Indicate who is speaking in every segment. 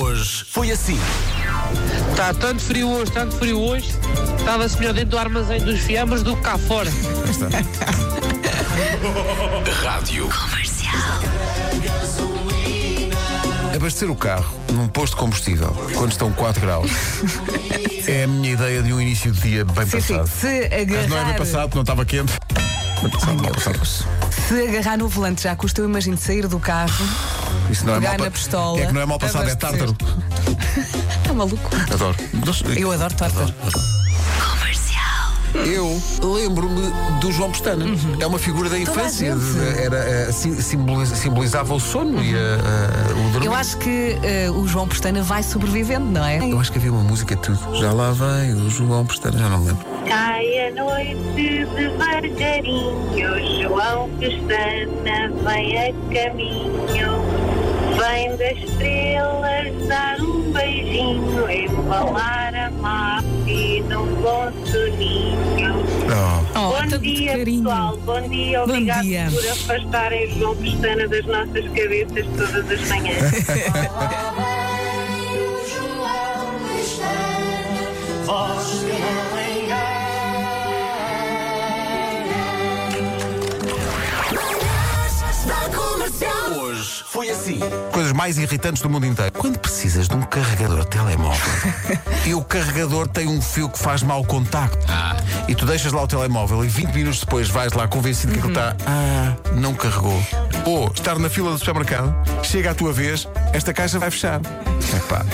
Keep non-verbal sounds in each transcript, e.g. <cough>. Speaker 1: hoje foi assim.
Speaker 2: Está Tá, tanto frio hoje, tanto frio hoje. Estava-se melhor dentro do armazém dos fiambres do que cá fora.
Speaker 1: Rádio.
Speaker 3: Abastecer o carro num posto de combustível quando estão 4
Speaker 4: <laughs>
Speaker 3: graus é a minha ideia de um início de dia bem
Speaker 4: Sim, sim.
Speaker 3: passado.
Speaker 4: Se
Speaker 3: Mas
Speaker 4: agarrar,
Speaker 3: não é bem passado, não estava quente. Bem passado, mal passado.
Speaker 4: se agarrar no volante já custa, eu imagino sair do carro.
Speaker 3: Isso não é
Speaker 4: Pegar
Speaker 3: mal, pa-
Speaker 4: na pistola,
Speaker 3: É que não é mal passado, é
Speaker 4: abastecer.
Speaker 3: tártaro.
Speaker 4: Está maluco?
Speaker 3: Adoro.
Speaker 4: Eu adoro tortas.
Speaker 3: Eu lembro-me do João Pestana. É uma figura da
Speaker 4: Uhum. Toda a
Speaker 3: infância.
Speaker 4: gente. Uhum.
Speaker 3: de- Era, eh, sim- simboliza- simbolizava o sono e eh, eh, o dormir.
Speaker 4: Eu acho que eh, o João Pestana vai sobrevivendo, não é?
Speaker 3: Eu acho que havia uma música de tudo. Já lá vem o João Pestana, já não me lembro.
Speaker 5: Cai a noite devagarinho, João Pestana vem a caminho. Vem das estrelas dar um beijinho, embalar a mate num bom soninho.
Speaker 4: Oh,
Speaker 5: bom
Speaker 4: tanto
Speaker 5: dia,
Speaker 4: carinho.
Speaker 5: pessoal. Bom dia.
Speaker 4: Bom
Speaker 5: Obrigado
Speaker 4: dia.
Speaker 5: por afastarem João Pestana das nossas cabeças todas as
Speaker 4: <laughs>
Speaker 5: manhãs.
Speaker 1: Hoje foi assim.
Speaker 3: Coisas mais irritantes do mundo inteiro. Quando precisas de um carregador de telemóvel
Speaker 4: <laughs>
Speaker 3: e o carregador tem um fio que faz mau contacto
Speaker 4: Ah.
Speaker 3: e tu deixas lá o telemóvel e 20 minutos depois vais lá convencido que aquilo
Speaker 4: Uhum.
Speaker 3: está. Ah, não carregou. Ou estar na fila do supermercado, chega à tua vez, esta caixa vai fechar.
Speaker 4: <laughs>
Speaker 3: Epá.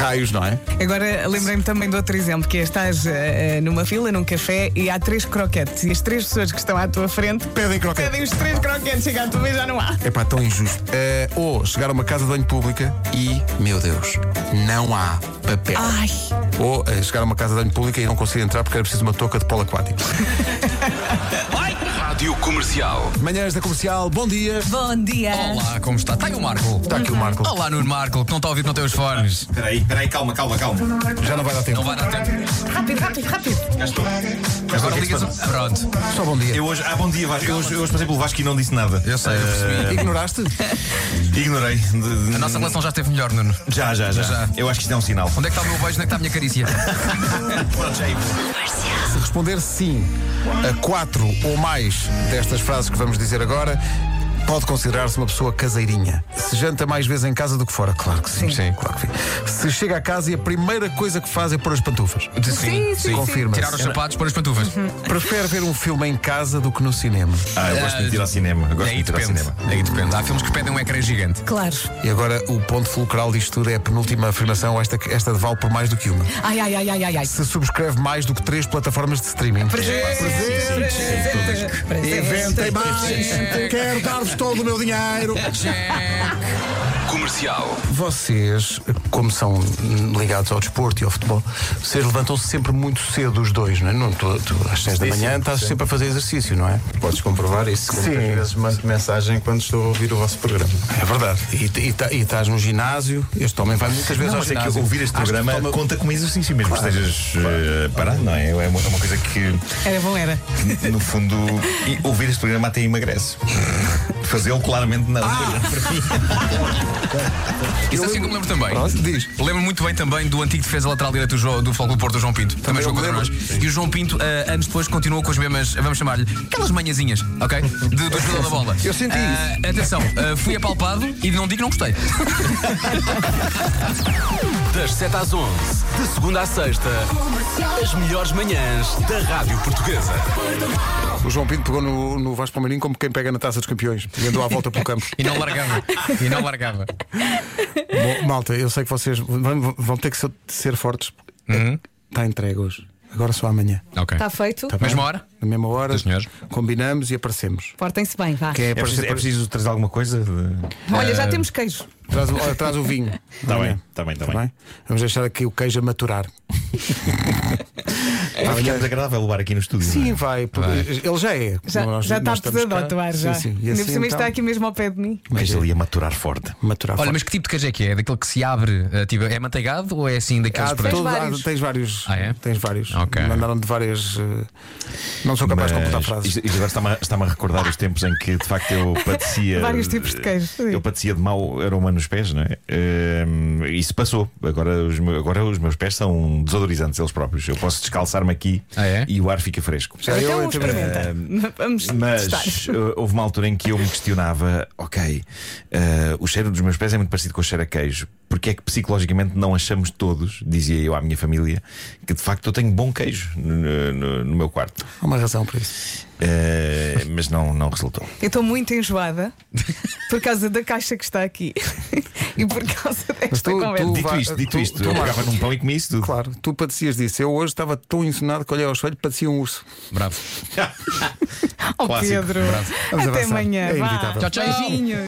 Speaker 3: Raios, não é?
Speaker 4: Agora lembrei-me também de outro exemplo, que é estás eh, numa fila, num café, e há três croquetes. E as três pessoas que estão à tua frente
Speaker 3: Pedem croquete.
Speaker 4: pedem os três croquetes, chega à tua vez já não há.
Speaker 3: É pá, tão injusto. Eh, ou chegar a uma casa de banho pública e, meu Deus, não há papel.
Speaker 4: Ai,
Speaker 3: Ou eh, chegar a uma casa de banho pública e não conseguir entrar porque era preciso uma touca de polo aquático.
Speaker 1: Rádio Comercial.
Speaker 3: Manhãs da comercial, bom dia.
Speaker 4: bom dia.
Speaker 6: Olá, como está? Está aí o Marco.
Speaker 3: Está tá aqui o Marco.
Speaker 6: Olá, Nuno Marco, que não tá está a ouvir, que não tem os fones.
Speaker 7: Peraí, peraí, calma, calma, calma.
Speaker 3: Já não vai dar tempo.
Speaker 6: Não vai dar tempo.
Speaker 4: Rápido, rápido, rápido.
Speaker 7: Já estou. é
Speaker 6: Agora ligas o. Pronto.
Speaker 3: Só bom dia.
Speaker 7: Eu hoje, ah, bom dia, Vasco. Eu hoje, eu hoje passei pelo Vasco e não disse nada. Ah,
Speaker 6: Eu sei, eu
Speaker 7: Eh,
Speaker 6: percebi.
Speaker 3: Ignoraste?
Speaker 7: Ignorei. De- de-
Speaker 6: A nossa relação já esteve melhor, Nuno.
Speaker 7: Já, já, já,
Speaker 6: Já.
Speaker 7: Eu acho que isto é um sinal.
Speaker 6: Onde é que está o meu beijo? Onde é que está a minha carícia?
Speaker 7: Pronto, já é isso.
Speaker 3: Se responder sim a quatro ou mais destas frases que vamos dizer agora, pode considerar-se uma pessoa caseirinha. Se janta mais vezes em casa do que fora, claro que sim.
Speaker 6: Sim.
Speaker 3: claro que sim. Se chega à casa e a primeira coisa que faz é pôr as pantufas.
Speaker 4: Sim, sim,
Speaker 3: Confirma.
Speaker 6: Tirar os sapatos, pôr as pantufas.
Speaker 3: Prefere ver um filme em casa do que no cinema.
Speaker 7: Ah, eu gosto de ir ao cinema. Eu Gosto de
Speaker 6: Aí
Speaker 7: ir ao
Speaker 6: É, depende.
Speaker 7: cinema.
Speaker 6: Aí depende. Há filmes que pedem um ecrã gigante.
Speaker 4: Claro.
Speaker 3: E agora o ponto fulcral disto tudo é a penúltima afirmação, esta, esta vale por mais do que uma.
Speaker 4: Ai, ai, ai, ai, ai, ai.
Speaker 3: Se subscreve mais do que três plataformas de streaming. Inventem mais, quero dar-vos todo o meu dinheiro.
Speaker 1: Comercial.
Speaker 3: Vocês, como são hum, ligados ao desporto e ao futebol, vocês levantam-se sempre muito cedo os dois, não é? Não, tu, tu, às seis da manhã estás sempre a fazer exercício, não é?
Speaker 8: Podes comprovar isso. que
Speaker 3: Sim.
Speaker 8: Muitas vezes mando mensagem quando estou a ouvir o vosso programa.
Speaker 3: É verdade. E- E ta- e estás no ginásio, este homem vai muitas vezes
Speaker 7: Não,
Speaker 3: ao
Speaker 7: mas é que
Speaker 3: ginásio.
Speaker 7: ouvir este
Speaker 3: Acho que
Speaker 7: programa
Speaker 3: toma-
Speaker 7: conta como exercício mesmo. que Estejas eh, parado, não é? É uma, é uma coisa que,
Speaker 4: Era bom, era.
Speaker 7: no fundo,
Speaker 6: <laughs>
Speaker 7: e ouvir este programa até emagrece. Fazê-lo claramente não.
Speaker 6: Ah! Isso assim como lembro também.
Speaker 3: Pronto, diz.
Speaker 6: Lembro muito bem também do antigo defesa lateral direito do, Jo- do Foco do Porto, o João Pinto. Também jogou contra nós. E o João Pinto, ah, anos depois, continuou com as mesmas, vamos chamar-lhe, aquelas manhãzinhas, ok? De, do jogador da bola.
Speaker 3: <laughs> Eu senti
Speaker 6: Ah, Atenção, ah, fui apalpado e não digo que não gostei.
Speaker 1: <laughs> Das 7 às 11, de segunda à sexta, as melhores manhãs da Rádio Portuguesa.
Speaker 3: O João Pinto pegou no, no Vasco Palmeirinho como quem pega na taça dos campeões e andou à volta pelo campo.
Speaker 6: E não largava. E não largava.
Speaker 3: <laughs> Bom, malta, eu sei que vocês vão, vão ter que ser- ser fortes. Está entregue hoje. Agora só amanhã.
Speaker 6: Ok.
Speaker 4: Está feito?
Speaker 3: Tá bem?
Speaker 6: Mesma hora?
Speaker 3: Na mesma hora.
Speaker 6: Sim, senhor.
Speaker 3: Combinamos e aparecemos.
Speaker 4: Portem-se bem, vá.
Speaker 3: Quem
Speaker 7: É preciso, é preciso trazer alguma coisa?
Speaker 8: Tá
Speaker 4: Olha, já temos queijo.
Speaker 3: Traz, o- olha, traz o
Speaker 6: <laughs>
Speaker 3: vinho. Tá
Speaker 7: Está
Speaker 6: Tá
Speaker 3: Amanhã.
Speaker 7: tá
Speaker 8: Tá
Speaker 7: bem, está bem, está
Speaker 3: Tá
Speaker 7: bem.
Speaker 6: <laughs>
Speaker 3: bem? Vamos deixar aqui o queijo a maturar.
Speaker 7: Vai ficar é desagradável o bar aqui no estúdio.
Speaker 3: Sim,
Speaker 7: não é?
Speaker 3: vai. porque Ele já é.
Speaker 4: Já,
Speaker 3: Nós-
Speaker 4: já tá está
Speaker 3: nós estamos
Speaker 4: pesado
Speaker 3: cá.
Speaker 4: ao teu ar, já.
Speaker 3: Sim, sim. E
Speaker 4: Ainda
Speaker 3: assim,
Speaker 4: por cima
Speaker 3: então,
Speaker 4: está aqui mesmo ao pé de mim.
Speaker 7: Mas ali a maturar forte.
Speaker 3: Maturar
Speaker 6: Olha,
Speaker 3: forte.
Speaker 6: mas que tipo de queijo é que é? Daquele que se abre, eh, tipo, é manteigado ou é assim daqueles
Speaker 3: Há
Speaker 6: por aí?
Speaker 3: todo- há-
Speaker 4: vários.
Speaker 3: tens vários.
Speaker 6: Ah, é?
Speaker 3: Tens vários.
Speaker 6: Ok.
Speaker 3: Mandaram de várias. eh, Não sou capaz de completar
Speaker 7: Mas
Speaker 3: frases.
Speaker 7: Isto, isto agora está-me a, está-me a recordar os tempos em que de facto eu padecia.
Speaker 4: Vários tipos de queijo, sim.
Speaker 7: Eu padecia de mau aroma nos pés, não é? Ehm, isso passou. Agora os, meus, agora os meus pés são desodorizantes eles próprios. Eu posso descalçar-me aqui
Speaker 6: Ah, é?
Speaker 7: e o ar fica fresco. Hum,
Speaker 3: Já eu,
Speaker 4: então
Speaker 3: eu também-
Speaker 4: experimenta. Vamos
Speaker 7: Mas
Speaker 4: testar.
Speaker 7: eh, houve uma altura em que eu me questionava: ok, eh, o cheiro dos meus pés é muito parecido com o cheiro a queijo. Porque é que psicologicamente não achamos todos, dizia eu à minha família, que de facto eu tenho bom queijo no- no- no meu quarto?
Speaker 3: Há uma razão para isso.
Speaker 7: Eh, mas não, não resultou.
Speaker 4: Eu estou muito enjoada <laughs> por causa da caixa que está aqui <laughs> e por causa desta
Speaker 3: tu-
Speaker 4: conversa.
Speaker 3: tu-
Speaker 7: Dito
Speaker 3: vá-
Speaker 7: isto, dito
Speaker 3: tu-
Speaker 7: isto,
Speaker 3: tu
Speaker 7: eu
Speaker 3: marcas.
Speaker 7: pegava num pão e comia isso tudo.
Speaker 3: Claro, tu padecias disso. Eu hoje estava tão ensinado que olhei ao espelho, padecia um urso.
Speaker 6: Bravo.
Speaker 4: Oh,
Speaker 7: <laughs> clássico.
Speaker 4: Pedro,
Speaker 3: Vamos
Speaker 4: até
Speaker 3: avançar.
Speaker 4: amanhã.
Speaker 3: É
Speaker 4: vá.
Speaker 3: inevitável.
Speaker 6: Tchau, tchau.
Speaker 4: Beijinhos.